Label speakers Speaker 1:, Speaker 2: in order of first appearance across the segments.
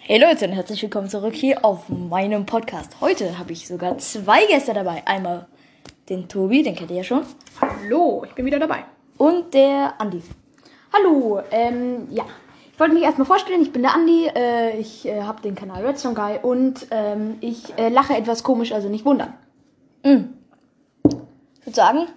Speaker 1: Hey Leute und herzlich willkommen zurück hier auf meinem Podcast. Heute habe ich sogar zwei Gäste dabei. Einmal den Tobi, den kennt ihr ja schon,
Speaker 2: Hallo, ich bin wieder dabei.
Speaker 1: und der Andi.
Speaker 2: Hallo, ähm, ja. Ich wollte mich erstmal vorstellen, ich bin der Andi, äh, ich äh, habe den Kanal Redstone Guy und ähm, ich äh, lache etwas komisch, also nicht wundern.
Speaker 1: Ich würde sagen,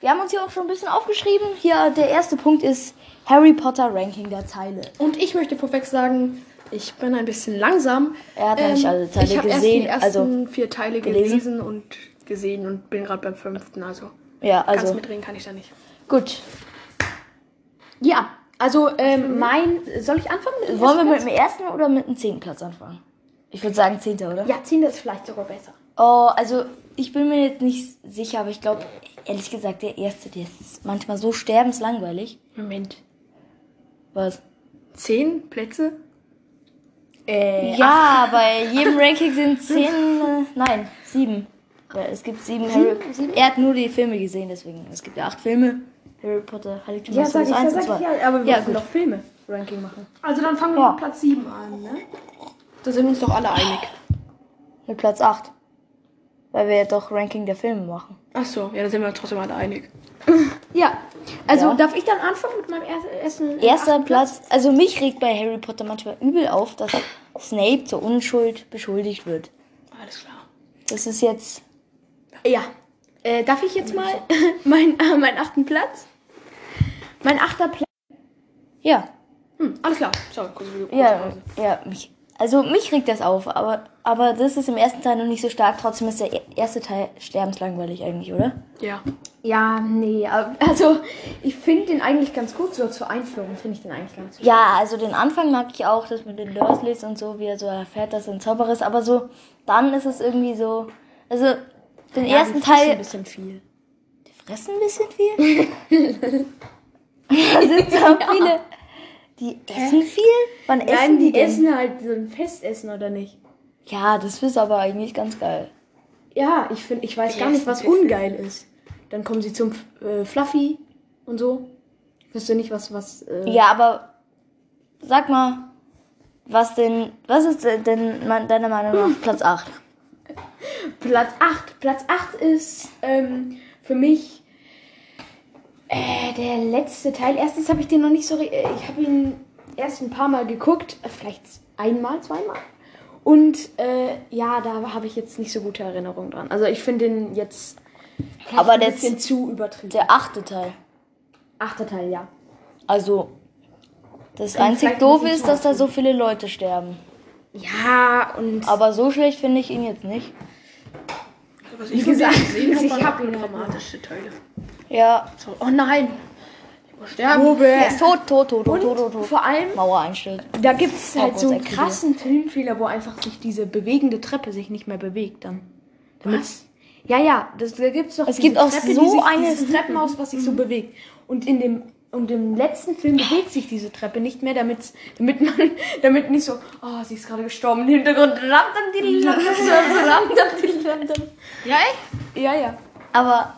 Speaker 1: wir haben uns hier auch schon ein bisschen aufgeschrieben. Hier der erste Punkt ist Harry Potter Ranking der Teile.
Speaker 3: Und ich möchte vorweg sagen, ich bin ein bisschen langsam. Ähm,
Speaker 1: Er hat noch nicht alle Teile
Speaker 3: ich habe erst
Speaker 1: gesehen,
Speaker 3: die ersten
Speaker 1: also
Speaker 3: vier Teile
Speaker 1: gelesen.
Speaker 3: gelesen. und gesehen und bin gerade beim fünften. Also,
Speaker 1: Ja,
Speaker 3: ganz
Speaker 1: also
Speaker 3: mitreden kann ich da nicht.
Speaker 1: gut.
Speaker 2: Ja, also ähm, mein, soll ich anfangen? mit dem
Speaker 1: Wollen wir
Speaker 2: ersten
Speaker 1: mit dem ersten oder mit dem zehnten Platz anfangen? Ich würde sagen zehnter, oder?
Speaker 2: Platz? Ja, 10 ist vielleicht sogar besser.
Speaker 1: Oh, also ich bin mir jetzt nicht sicher, aber ich glaube, ehrlich gesagt, der erste, der ist manchmal so sterbenslangweilig.
Speaker 3: Moment.
Speaker 1: Was?
Speaker 3: Zehn Plätze?
Speaker 2: Äh,
Speaker 1: Ja, bei jedem Ranking sind zehn, äh, nein, sieben. Weil es gibt sieben, Harry Er hat nur die Filme gesehen, deswegen. Es gibt ja acht Filme. Harry Potter, Heiligtum
Speaker 2: ja,
Speaker 1: des
Speaker 2: sag ich,
Speaker 1: Todes
Speaker 2: ja,
Speaker 1: 1 und
Speaker 2: sag
Speaker 1: 2.
Speaker 2: ich, ja, aber wir
Speaker 1: Ja,
Speaker 2: müssen
Speaker 1: gut.
Speaker 2: noch Filme-Ranking machen.
Speaker 3: Also, dann fangen wir
Speaker 1: Ja.
Speaker 3: mit Platz 7 an, ne? Da sind wir uns doch alle einig.
Speaker 1: Mit Platz acht. Weil wir ja doch Ranking der Filme machen.
Speaker 3: Ach so, ja, da sind wir uns trotzdem alle einig.
Speaker 2: Ja, also
Speaker 1: Ja.
Speaker 2: darf ich dann anfangen mit meinem er- ersten? äh,
Speaker 1: Erster
Speaker 2: achten
Speaker 1: Platz, also mich regt bei Harry Potter manchmal übel auf, dass Snape zur Unschuld beschuldigt wird.
Speaker 3: Alles klar.
Speaker 1: Das ist jetzt
Speaker 2: Ja. Äh, darf ich jetzt mal mein, äh, meinen achten Platz? Mein achter Platz.
Speaker 1: Ja,
Speaker 3: Hm, alles klar. Sorry, kurz
Speaker 1: ja,
Speaker 3: kurz-
Speaker 1: ja. Mich, also mich regt das auf, aber, aber das ist im ersten Teil noch nicht so stark. Trotzdem ist der e- erste Teil sterbenslangweilig eigentlich, oder?
Speaker 3: Ja.
Speaker 2: Ja, nee, aber- also ich finde den eigentlich ganz gut, so zur Einführung finde ich den eigentlich ganz gut.
Speaker 1: Ja, also den Anfang mag ich auch, das mit den Dursleys und so, wie er so erfährt, dass er ein Zauberer ist. Aber so, dann ist es irgendwie so, also den ersten
Speaker 2: Ein
Speaker 1: Teil
Speaker 2: bisschen viel.
Speaker 1: fressen ein bisschen viel. da sind so viele. Die essen viel? Wann essen
Speaker 2: Nein,
Speaker 1: die
Speaker 2: die
Speaker 1: denn?
Speaker 2: essen halt so ein Festessen oder nicht?
Speaker 1: Ja, das ist aber eigentlich ganz geil.
Speaker 2: Ja, ich finde, ich weiß
Speaker 3: Die
Speaker 2: gar nicht,
Speaker 3: essen
Speaker 2: was
Speaker 3: Festessen.
Speaker 2: ungeil ist. Dann kommen sie zum äh, Fluffy und so. Ich wüsste nicht, was was. Äh,
Speaker 1: Ja, aber sag mal, was denn, was ist denn- denn mein- deiner Meinung nach Platz 8?
Speaker 2: Platz 8. Platz 8 ist ähm, für mich äh, der letzte Teil. Erstens habe ich den noch nicht so. ri- Äh, ich habe ihn erst ein paar Mal geguckt. äh, Vielleicht einmal, zweimal. Und äh, ja, da habe ich jetzt nicht so gute Erinnerungen dran. Also ich finde den jetzt vielleicht
Speaker 1: Aber
Speaker 2: ein
Speaker 1: der
Speaker 2: bisschen zu übertrieben.
Speaker 1: Der achte Teil.
Speaker 2: achte Teil, ja.
Speaker 1: Also, das
Speaker 2: Kann
Speaker 1: einzig
Speaker 2: vielleicht
Speaker 1: Doofe
Speaker 2: ein bisschen
Speaker 1: ist, dass da so viele Leute sterben.
Speaker 2: Ja, und
Speaker 1: Aber so schlecht finde ich ihn jetzt nicht.
Speaker 3: Was ich
Speaker 2: gesagt,
Speaker 3: gesehen habe,
Speaker 2: ich
Speaker 3: waren
Speaker 2: hab
Speaker 3: nur
Speaker 2: ihn halt
Speaker 3: dramatische Teile.
Speaker 1: Ja.
Speaker 3: So, oh nein! Ich muss sterben.
Speaker 1: Er ist tot, tot, tot, tot, tot, tot,
Speaker 2: und
Speaker 1: tot.
Speaker 2: vor allem
Speaker 1: Mauer einstellt.
Speaker 2: Da gibt es halt
Speaker 1: Hogwarts
Speaker 2: so einen
Speaker 1: Express.
Speaker 2: krassen Filmfehler, wo einfach sich diese bewegende Treppe sich nicht mehr bewegt dann. Was? Ja, ja, das, da gibt's doch
Speaker 1: Es
Speaker 2: diese
Speaker 1: gibt auch
Speaker 2: Treppe, die
Speaker 1: so
Speaker 2: sich,
Speaker 1: eine- Mhm.
Speaker 2: dieses Treppenhaus, was sich so bewegt. Und in dem und im letzten Film bewegt sich diese Treppe nicht mehr, damit damit man damit nicht so, oh, sie ist gerade gestorben im Hintergrund. Ramdam, diddidam, ramdam, diddidam.
Speaker 3: Ja, echt?
Speaker 2: Ja, ja.
Speaker 1: Aber,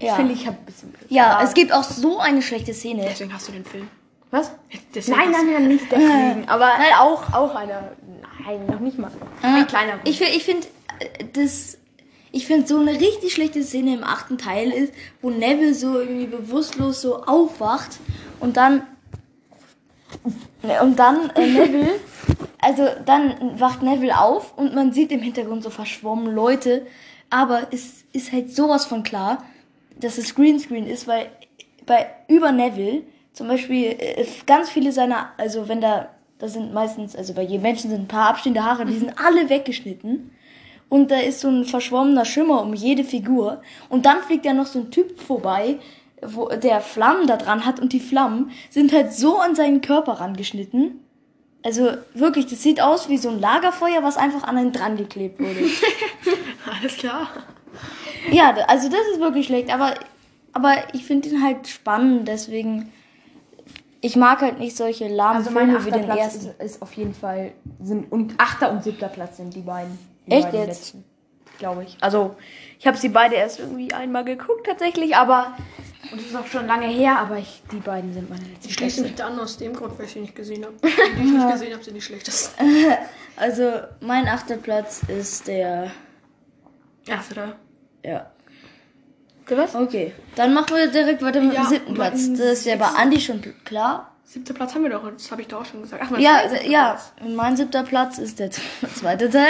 Speaker 1: ja.
Speaker 2: Finde ich hab ein bisschen
Speaker 1: Ja, es gibt auch so eine schlechte Szene.
Speaker 3: Deswegen hast du den Film.
Speaker 2: Was?
Speaker 3: Deswegen
Speaker 2: Nein,
Speaker 3: hast
Speaker 2: nein, nein, nicht
Speaker 1: Äh.
Speaker 2: deswegen, aber auch auch einer nein, noch nicht mal. Ein
Speaker 1: Äh,
Speaker 2: kleiner.
Speaker 1: Ich, fi- ich finde, das. Ich finde, so eine richtig schlechte Szene im achten Teil ist, wo Neville so irgendwie bewusstlos so aufwacht und dann. Ne, Und dann äh, Neville. Also dann wacht Neville auf und man sieht im Hintergrund so verschwommen Leute. Aber es ist halt sowas von klar, dass es Greenscreen ist, weil bei über Neville zum Beispiel äh, ganz viele seiner, also wenn da, da sind meistens, also bei jedem Menschen sind ein paar abstehende Haare, die sind alle weggeschnitten. Und da ist so ein verschwommener Schimmer um jede Figur. Und dann fliegt ja noch so ein Typ vorbei, wo, der Flammen da dran hat und die Flammen sind halt so an seinen Körper rangeschnitten. Also wirklich, das sieht aus wie so ein Lagerfeuer, was einfach an einen dran geklebt wurde.
Speaker 3: Alles klar.
Speaker 1: Ja, da- also das ist wirklich schlecht, aber, aber ich finde ihn halt spannend, deswegen. Ich mag halt nicht solche lahmen
Speaker 2: Also mein
Speaker 1: Filme wie
Speaker 2: achter
Speaker 1: den
Speaker 2: Platz
Speaker 1: ersten.
Speaker 2: ist, ist auf jeden Fall sind und achter und siebter Platz sind die beiden. Die
Speaker 1: Echt
Speaker 2: beiden
Speaker 1: jetzt?
Speaker 2: Letzten. glaube ich. Also, ich habe sie beide erst irgendwie einmal geguckt tatsächlich, aber. Und es ist auch schon lange her, aber ich, die beiden sind meine letzten
Speaker 3: Ich schließe
Speaker 2: Plätze.
Speaker 3: mich da an aus dem Grund, weil ich sie nicht gesehen habe. Die, die ich nicht gesehen habe, sind die schlechtesten.
Speaker 1: Also mein achter Platz ist der.
Speaker 3: Erste da.
Speaker 1: Ja.
Speaker 2: Du was?
Speaker 1: Okay. Dann machen wir direkt weiter mit
Speaker 3: Ja,
Speaker 1: dem siebten
Speaker 3: mein
Speaker 1: Platz. Das ist ja bei Andi schon pl- klar.
Speaker 3: Siebter Platz haben wir doch, das habe ich doch auch schon gesagt. Ach, mein
Speaker 1: Ja,
Speaker 3: zweiter
Speaker 1: ja.
Speaker 3: Platz.
Speaker 1: Und mein siebter Platz ist der z- zweite Teil.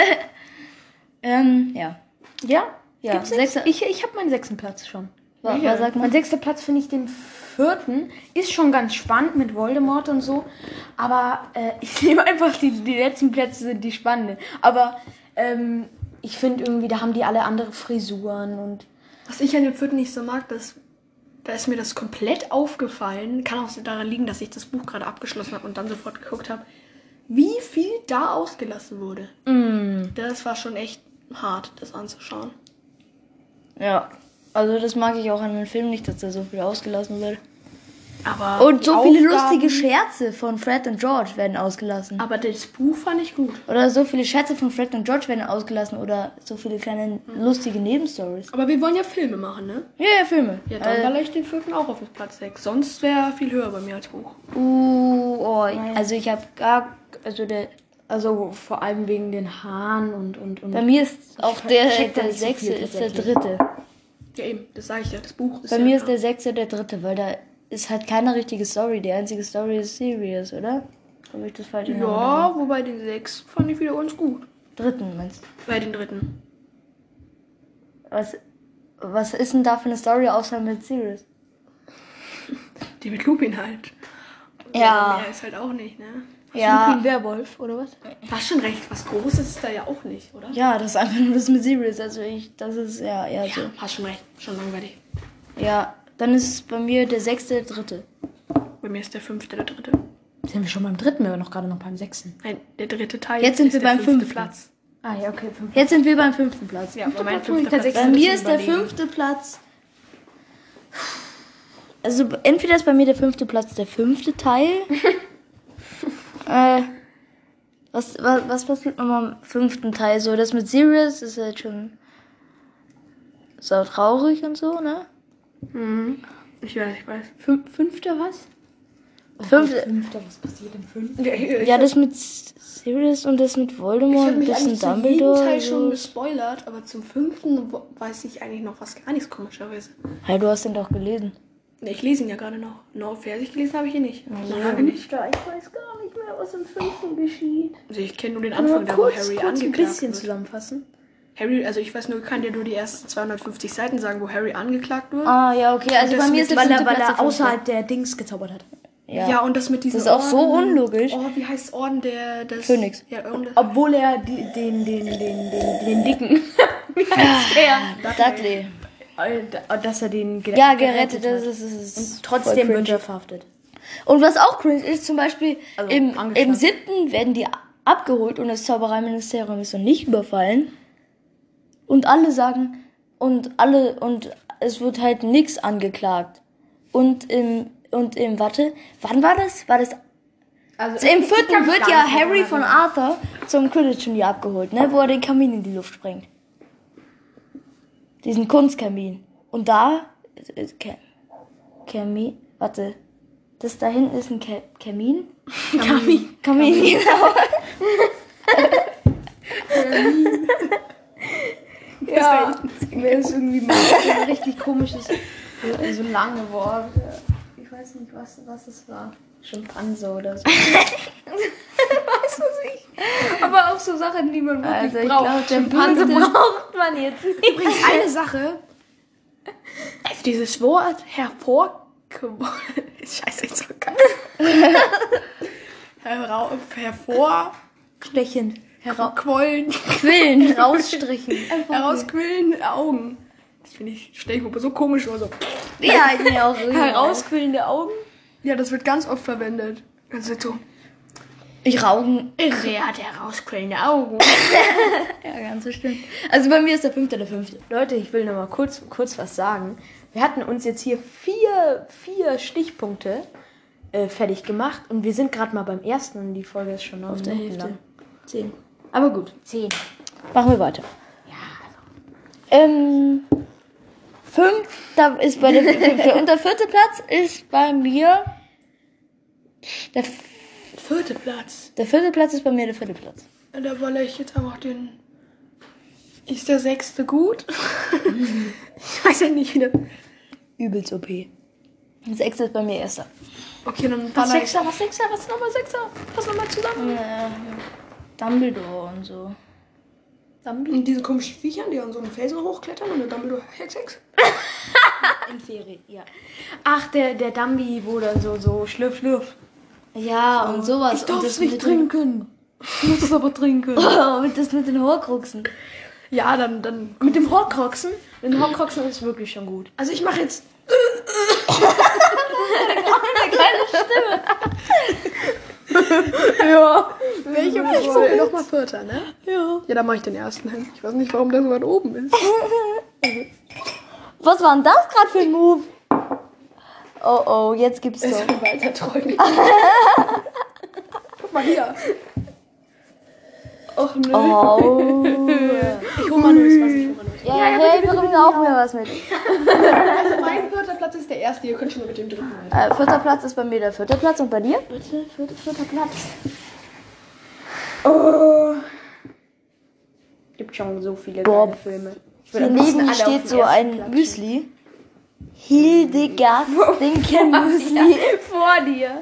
Speaker 1: Ähm, ja.
Speaker 2: Ja?
Speaker 1: Ja,
Speaker 2: Gibt's nichts?
Speaker 1: sechster-
Speaker 2: Ich, ich habe meinen sechsten Platz schon.
Speaker 1: Wa-
Speaker 3: Ja.
Speaker 1: Was sagt
Speaker 2: Mein
Speaker 1: man?
Speaker 2: sechster Platz finde ich den vierten. Ist schon ganz spannend mit Voldemort und so. Aber äh, ich nehme einfach die, die letzten Plätze sind die spannenden. Aber ähm, ich finde irgendwie, da haben die alle andere Frisuren und.
Speaker 3: Was ich an dem vierten nicht so mag, das, da ist mir das komplett aufgefallen. Kann auch so daran liegen, dass ich das Buch gerade abgeschlossen habe und dann sofort geguckt habe, wie viel da ausgelassen wurde.
Speaker 1: Mm.
Speaker 3: Das war schon echt hart, das anzuschauen.
Speaker 1: Ja. Also das mag ich auch an dem Film nicht, dass da so viel ausgelassen wird.
Speaker 3: Aber,
Speaker 1: Und
Speaker 2: die
Speaker 1: so viele
Speaker 2: Aufgaben-
Speaker 1: lustige Scherze von Fred und George werden ausgelassen.
Speaker 3: aber das Buch fand ich gut.
Speaker 1: Oder so viele Scherze von Fred und George werden ausgelassen. Oder so viele kleine lustige Nebenstories.
Speaker 3: Aber wir wollen ja Filme machen, ne?
Speaker 1: Ja, ja, Filme.
Speaker 3: Ja, dann
Speaker 1: Äh,
Speaker 3: baller ich den vierten auch auf den Platz 6. Sonst wäre er viel höher bei mir als Buch.
Speaker 1: Uh, oh, ich- also ich habe gar, also der,
Speaker 2: Also vor allem wegen den Haaren und. und, und
Speaker 1: bei mir ist auch der,
Speaker 2: check da
Speaker 1: der
Speaker 2: nicht so viel
Speaker 1: sechste ist der
Speaker 2: tatsächlich.
Speaker 1: dritte.
Speaker 3: Ja, eben, das sage ich ja. Das Buch ist
Speaker 1: Bei
Speaker 3: ja
Speaker 1: mir ist
Speaker 3: da.
Speaker 1: der sechste der dritte, weil da ist halt keine richtige Story. Die einzige Story ist Serious, oder? Habe ich das falsch in Erinnerung?
Speaker 3: Ja, wobei den sechsten fand ich wieder ganz gut.
Speaker 1: Dritten meinst du?
Speaker 3: Bei den dritten.
Speaker 1: Was, was ist denn da für eine Story außer mit Serious?
Speaker 3: Die mit Lupin halt.
Speaker 1: Ja,
Speaker 3: Mehr ist halt auch nicht, ne?
Speaker 1: ja,
Speaker 2: Werwolf, oder was?
Speaker 3: Du hast schon recht, was Großes ist da ja auch nicht, oder?
Speaker 1: ja, das ist einfach nur das mit Serious. Also ich, das ist, ja, ja, so.
Speaker 3: Hast schon recht, schon langweilig.
Speaker 1: Ja, dann ist es bei mir der sechste der dritte.
Speaker 3: Bei mir ist der fünfte der dritte.
Speaker 2: Sind wir schon beim dritten, wir waren noch gerade noch beim sechsten.
Speaker 3: Nein, der dritte Teil.
Speaker 1: Jetzt sind
Speaker 3: ist
Speaker 1: wir
Speaker 3: der
Speaker 1: beim
Speaker 3: fünfte
Speaker 1: fünften.
Speaker 3: Platz.
Speaker 2: Ah ja, okay, fünf.
Speaker 1: Jetzt sind wir beim fünften Platz.
Speaker 3: Ja, aber mein
Speaker 2: Platz finde ich
Speaker 3: fünfter Platz.
Speaker 2: tatsächlich
Speaker 1: Bei
Speaker 2: ein
Speaker 1: mir
Speaker 2: bisschen
Speaker 1: ist der fünfte Platz. Also entweder ist bei mir der fünfte Platz der fünfte Teil. äh, was, was, was passiert nochmal am fünften Teil? So, das mit Sirius ist halt schon so traurig und so, ne?
Speaker 3: Mhm. Ich weiß, ich weiß.
Speaker 2: Fün- Fünfter was?
Speaker 1: Fünfte,
Speaker 2: Fünfter, was passiert im fünften?
Speaker 1: ja, das mit S- Sirius und das mit
Speaker 3: Ich
Speaker 1: Voldemort
Speaker 3: habe
Speaker 1: und
Speaker 3: mich
Speaker 1: das
Speaker 3: eigentlich
Speaker 1: mit
Speaker 3: zu jedem
Speaker 1: Dumbledore.
Speaker 3: Teil schon
Speaker 1: so.
Speaker 3: gespoilert, aber zum fünften wo- weiß ich eigentlich noch was gar nichts komischerweise.
Speaker 1: Hey, du hast den doch gelesen.
Speaker 3: Ne, ich lese ihn ja gerade noch. No, fertig gelesen habe ich ihn nicht. Noch
Speaker 1: ja.
Speaker 3: lange nicht.
Speaker 2: Ich weiß gar nicht mehr, was im fünften geschieht.
Speaker 3: Also ich kenne nur den
Speaker 2: Können
Speaker 3: Anfang,
Speaker 2: wir
Speaker 3: da wo
Speaker 2: kurz,
Speaker 3: Harry
Speaker 2: kurz ein
Speaker 3: angeklagt
Speaker 2: bisschen
Speaker 3: wird.
Speaker 2: zusammenfassen?
Speaker 3: Harry, also ich weiß nur, ich kann dir nur die ersten 250 Seiten sagen, wo Harry angeklagt wird.
Speaker 1: Ah, ja, okay. Also
Speaker 3: Und
Speaker 1: bei
Speaker 3: das
Speaker 1: mir
Speaker 3: mit-
Speaker 1: ist der fünfte Platz der fünfte.
Speaker 2: der Dings gezaubert hat.
Speaker 1: Ja.
Speaker 3: Ja, und das mit diesem
Speaker 1: Das ist auch so
Speaker 3: Orden-
Speaker 1: unlogisch.
Speaker 3: Oh, wie heißt Orden der des
Speaker 1: Phönix. Oh,
Speaker 3: Ja, irgendein
Speaker 2: Obwohl er die, den, den, den, den, den Dicken. Wie heißt der?
Speaker 1: Dudley.
Speaker 2: Alter, Dass er den ge-
Speaker 1: Ja, gerettet, das ist, ist, ist
Speaker 2: Und
Speaker 1: voll
Speaker 2: trotzdem
Speaker 1: cringe.
Speaker 2: wird er verhaftet.
Speaker 1: Und was auch cringe ist, zum Beispiel
Speaker 2: Also,
Speaker 1: im,
Speaker 2: angeschlagen.
Speaker 1: im siebten werden die abgeholt und das Zaubereiministerium ist noch nicht überfallen. Und alle sagen, und alle, und es wird halt nix angeklagt. Und im, und im, warte, wann war das? War das,
Speaker 2: Also
Speaker 1: im vierten wird ja
Speaker 2: genau
Speaker 1: Harry von Arthur zum Quidditch-Turnier abgeholt, ne, wo er den Kamin in die Luft sprengt. Diesen Kunstkamin. Und da, äh, Ka- Kamin, warte, das da hinten ist ein Ka Kamin.
Speaker 3: Kami.
Speaker 1: Kamin, genau.
Speaker 2: Ja, mir ist irgendwie mal so ein richtig komisches, äh, so, so lange Wort. Ich weiß nicht, was, was es war. Schimpanse oder so. weißt du nicht? Aber auch so Sachen, die man wirklich
Speaker 1: Also ich
Speaker 2: braucht.
Speaker 1: glaub, der
Speaker 2: Schimpanse
Speaker 1: Punkt ist-
Speaker 2: braucht man jetzt nicht.
Speaker 3: Übrigens eine Sache. Also dieses Wort hervorgeworfen. Scheiße, ich so ganz. Herau- hervor.
Speaker 2: Stechen.
Speaker 3: Quollen.
Speaker 1: Quillen.
Speaker 2: Rausstrichen.
Speaker 3: Herausquillen Augen. Das finde ich, stell ich mir so komisch vor. So.
Speaker 1: Ja, ich bin ja auch so.
Speaker 2: Herausquillende Augen.
Speaker 3: Ja, das wird ganz oft verwendet. Also so.
Speaker 1: Ich raugen.
Speaker 3: Wer hat herausquellende Augen?
Speaker 1: Ja, ganz bestimmt. Also bei mir ist der fünfte der fünfte.
Speaker 2: Leute, ich will noch mal kurz, kurz was sagen. Wir hatten uns jetzt hier vier, vier Stichpunkte äh, fertig gemacht und wir sind gerade mal beim ersten und die Folge ist schon auf
Speaker 1: der Hälfte. Zehn.
Speaker 2: Aber gut, zehn.
Speaker 1: Machen wir weiter.
Speaker 2: Ja, also.
Speaker 1: Ähm, fünf, da ist bei dem, und der vierte Platz ist bei mir, der,
Speaker 3: Vierter Platz.
Speaker 1: der vierte Platz ist bei mir der vierte Platz.
Speaker 3: Da wolle ich jetzt einfach den. Ist der sechste gut? ich weiß ja nicht, wie der.
Speaker 1: Übelst OP. Das sechste ist bei mir erster.
Speaker 3: Okay, dann
Speaker 1: Was
Speaker 3: baller ich.
Speaker 1: sechster, was sechster, was nochmal sechster?
Speaker 3: Pass nochmal zusammen.
Speaker 1: Dumbledore und so.
Speaker 3: In diesen komischen Viechern, die an so einem Felsen hochklettern und der Dumbledore Hex Hex.
Speaker 1: In Serie, ja.
Speaker 2: Ach, der, der Dambi, wo dann so, so, schlürf, schlürf.
Speaker 1: Ja, und sowas.
Speaker 3: Ich darf
Speaker 1: und das
Speaker 3: es nicht
Speaker 1: mit den-
Speaker 3: trinken. Ich muss es aber trinken.
Speaker 1: und das mit den Horcruxen.
Speaker 3: Ja, dann, dann.
Speaker 2: Mit dem Horcruxen? Mit dem Horcruxen ist wirklich schon gut.
Speaker 3: Also ich mache jetzt.
Speaker 2: Ja.
Speaker 3: Ich suche nochmal Vierter, ne?
Speaker 1: Ja.
Speaker 3: Ja, dann mache ich den ersten hin. Ich weiß nicht, warum der so weit oben ist.
Speaker 1: Was war denn das gerade für ein Move? Oh oh, jetzt gibt's
Speaker 3: Es
Speaker 1: doch.
Speaker 3: wird weiter träumen. Guck mal hier. Och nö.
Speaker 1: Oh.
Speaker 3: Ich hol mal neues Wasser. Ich hol mal neues
Speaker 1: Ja, hey, wir bringen auch mehr was mit.
Speaker 3: Wasser. Oh Mein vierter Platz ist der erste. Ihr könnt schon mit dem dritten halten.
Speaker 1: Äh, vierter Platz ist bei mir der vierte Platz und bei dir? Bitte, vierter, vierter Platz.
Speaker 3: Oh.
Speaker 2: Gibt schon so viele
Speaker 1: Boah.
Speaker 2: geile Filme. Ich will am liebsten
Speaker 1: Daneben
Speaker 2: alle auf
Speaker 1: steht
Speaker 2: den
Speaker 1: so
Speaker 2: ersten
Speaker 1: ein
Speaker 2: Platz.
Speaker 1: Müsli. Hildegard Stinken-Müsli.
Speaker 2: Vor dir.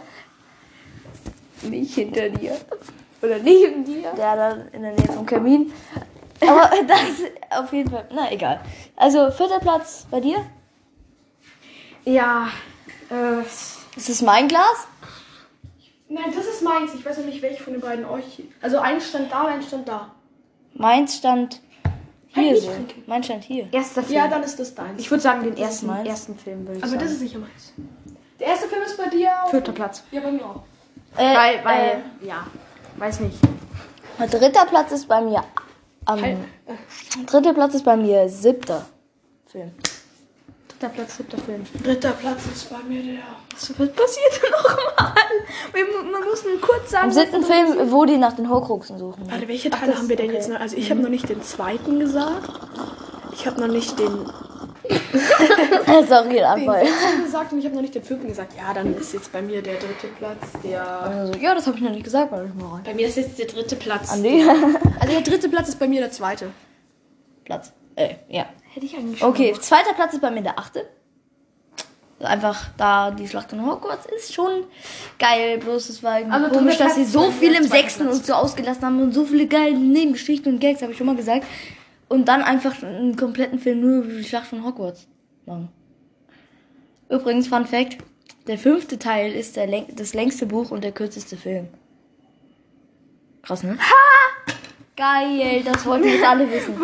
Speaker 2: Nicht hinter dir. Oder neben dir.
Speaker 1: Ja, dann in der Nähe vom Kamin. Aber das auf jeden Fall. Na, egal. Also, vierter Platz bei dir.
Speaker 2: Ja. Äh,
Speaker 1: Ist das mein Glas?
Speaker 3: Nein, das ist meins. Ich weiß noch nicht, welche von den beiden euch. Also eins stand da, eins stand da.
Speaker 1: Meins stand
Speaker 3: Halt
Speaker 1: hier
Speaker 3: nicht
Speaker 1: so.
Speaker 3: trinken.
Speaker 1: Mein stand hier.
Speaker 2: erster Film.
Speaker 3: Ja, dann ist das deins.
Speaker 2: ich würde sagen, den
Speaker 1: Das ist
Speaker 2: ersten,
Speaker 1: meins.
Speaker 2: ersten Film würde ich
Speaker 3: Aber
Speaker 2: sagen.
Speaker 3: das ist sicher meins. Der erste Film ist bei dir.
Speaker 2: Vierter Platz.
Speaker 3: Ja, bei mir auch.
Speaker 1: Äh,
Speaker 2: Weil, weil, ja. Weiß nicht.
Speaker 1: äh, dritter Platz ist bei mir. Ähm, dritter Platz ist bei mir siebter Film.
Speaker 2: Dritter Platz, siebter Film.
Speaker 3: Dritter Platz ist bei mir der.
Speaker 2: Was passiert denn nochmal? Wir, mu- wir mussten kurz sagen.
Speaker 1: Im siebten Film, wo die nach den Horcruxen suchen.
Speaker 3: Warte, welche Teile haben wir denn jetzt noch? Also ich habe noch nicht den zweiten gesagt. Ich habe noch nicht den
Speaker 1: Sorry, ein Anfall.
Speaker 3: dritten gesagt und ich habe noch nicht den fünften gesagt. Ja, dann ist jetzt bei mir der dritte Platz der.
Speaker 1: Also, ja, das habe ich noch nicht gesagt, weil ich mal rein.
Speaker 3: Bei mir ist jetzt der dritte Platz.
Speaker 1: An die
Speaker 3: Also der dritte Platz ist bei mir der zweite.
Speaker 1: Platz. Äh, ja.
Speaker 2: Hätte ich eigentlich schon
Speaker 1: Okay, zweiter Platz ist bei mir der achte. Einfach da die Schlacht in Hogwarts ist schon geil. Bloß es war irgendwie
Speaker 2: Also
Speaker 1: komisch,
Speaker 2: dritter
Speaker 1: dass sie
Speaker 2: Platz
Speaker 1: so
Speaker 2: bei mir,
Speaker 1: viel im
Speaker 2: zweiter
Speaker 1: sechsten
Speaker 2: Platz.
Speaker 1: und so ausgelassen haben und so viele geile Nebengeschichten und Gags, habe ich schon mal gesagt. Und dann einfach einen kompletten Film nur über die Schlacht von Hogwarts machen. Übrigens, Fun Fact: Der fünfte Teil ist der läng das längste Buch und der kürzeste Film. Krass, ne? Ha! Geil, das wollten jetzt alle wissen.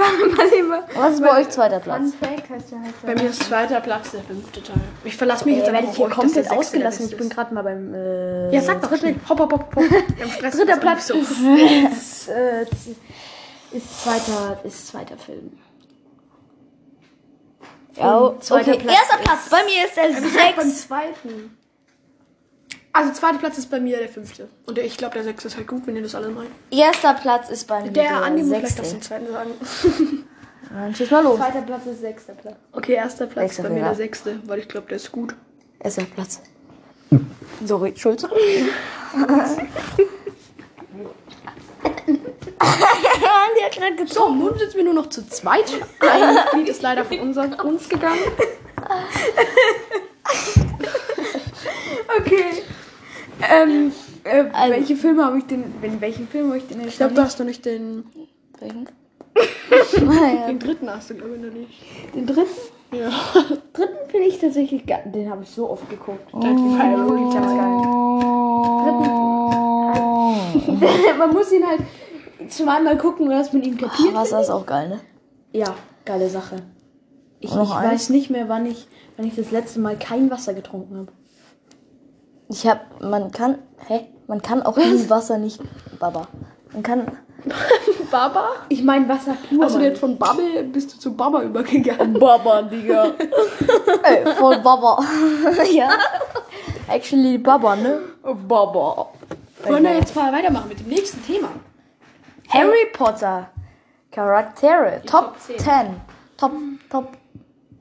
Speaker 1: Was ist bei euch zweiter Platz?
Speaker 2: Fake heißt der halt.
Speaker 3: Bei mir ist zweiter Platz der fünfte Teil. Äh, Ich verlasse mich jetzt
Speaker 2: Ey, werde
Speaker 3: einfach
Speaker 2: Oh, ich hier
Speaker 3: auf euch, dass der
Speaker 2: komplett
Speaker 3: sechste der
Speaker 2: ausgelassen.
Speaker 3: beste
Speaker 2: Ich bin
Speaker 3: ist.
Speaker 2: gerade mal beim. Äh,
Speaker 3: Ja, sag doch schnell. Hopp, hopp, hopp, hopp. Dann stresst
Speaker 2: Dritter
Speaker 3: uns auch
Speaker 2: Platz
Speaker 3: nicht
Speaker 2: ist, ist, äh, ist zweiter ist zweiter Film.
Speaker 1: Ja,
Speaker 3: Oh,
Speaker 2: Und zweiter
Speaker 1: Oh, okay.
Speaker 2: Platz
Speaker 1: Erster Platz, bei mir ist der
Speaker 3: Direkt beim
Speaker 1: sechs.
Speaker 3: zweiten. Also zweiter Platz ist bei mir der fünfte. Und der, ich glaube, der sechste ist halt gut, wenn ihr das alle meint.
Speaker 1: Erster Platz ist bei mir
Speaker 3: Der,
Speaker 1: der,
Speaker 3: Andi muss vielleicht das
Speaker 1: sechste.
Speaker 3: den zweiten sagen.
Speaker 1: Dann schieß mal los.
Speaker 2: Oh. Zweiter Platz ist sechster Platz.
Speaker 3: Okay, erster Platz
Speaker 1: Sechster
Speaker 3: bei mir
Speaker 1: Fehler.
Speaker 3: der sechste, weil ich glaube, der ist gut.
Speaker 1: Erster Platz. Sorry, Schulze. Andi hat gerade gezogen.
Speaker 3: So, nun sitzen wir nur noch zu zweit. Ein Mitglied ist leider von unser, uns gegangen.
Speaker 2: Okay. Ähm, äh,
Speaker 1: Also-
Speaker 2: welche Filme habe ich denn? Wenn, welchen Film habe ich denn?
Speaker 3: Ich glaube, du hast noch nicht den,
Speaker 1: Naja.
Speaker 3: den dritten hast du, glaube ich, noch nicht.
Speaker 2: den dritten.
Speaker 3: Ähm. Ja.
Speaker 2: Dritten finde ich tatsächlich geil. Den habe ich so oft geguckt. Oh. man muss ihn halt zweimal gucken, dass man ihn kapiert.
Speaker 1: Wasser ist auch geil, ne?
Speaker 2: Ja, geile Sache. Ich, ich
Speaker 1: Noch eins?
Speaker 2: weiß nicht mehr, wann ich, wann ich das letzte Mal kein Wasser getrunken habe.
Speaker 1: Ich hab, man kann, hä? Man kann auch im Wasser nicht, Baba. Man kann,
Speaker 3: Baba?
Speaker 2: Ich meine Wasser pur.
Speaker 3: Also
Speaker 2: Mann.
Speaker 3: jetzt von Bubble bist du zu Baba übergegangen.
Speaker 1: Baba, Digga. Ey, voll Baba. ja. Actually Baba, ne? Baba.
Speaker 3: Wollen wir jetzt mal weitermachen mit dem nächsten Thema?
Speaker 1: Harry Potter. Charaktere. Top
Speaker 3: Top 10.
Speaker 1: 10. Top, top,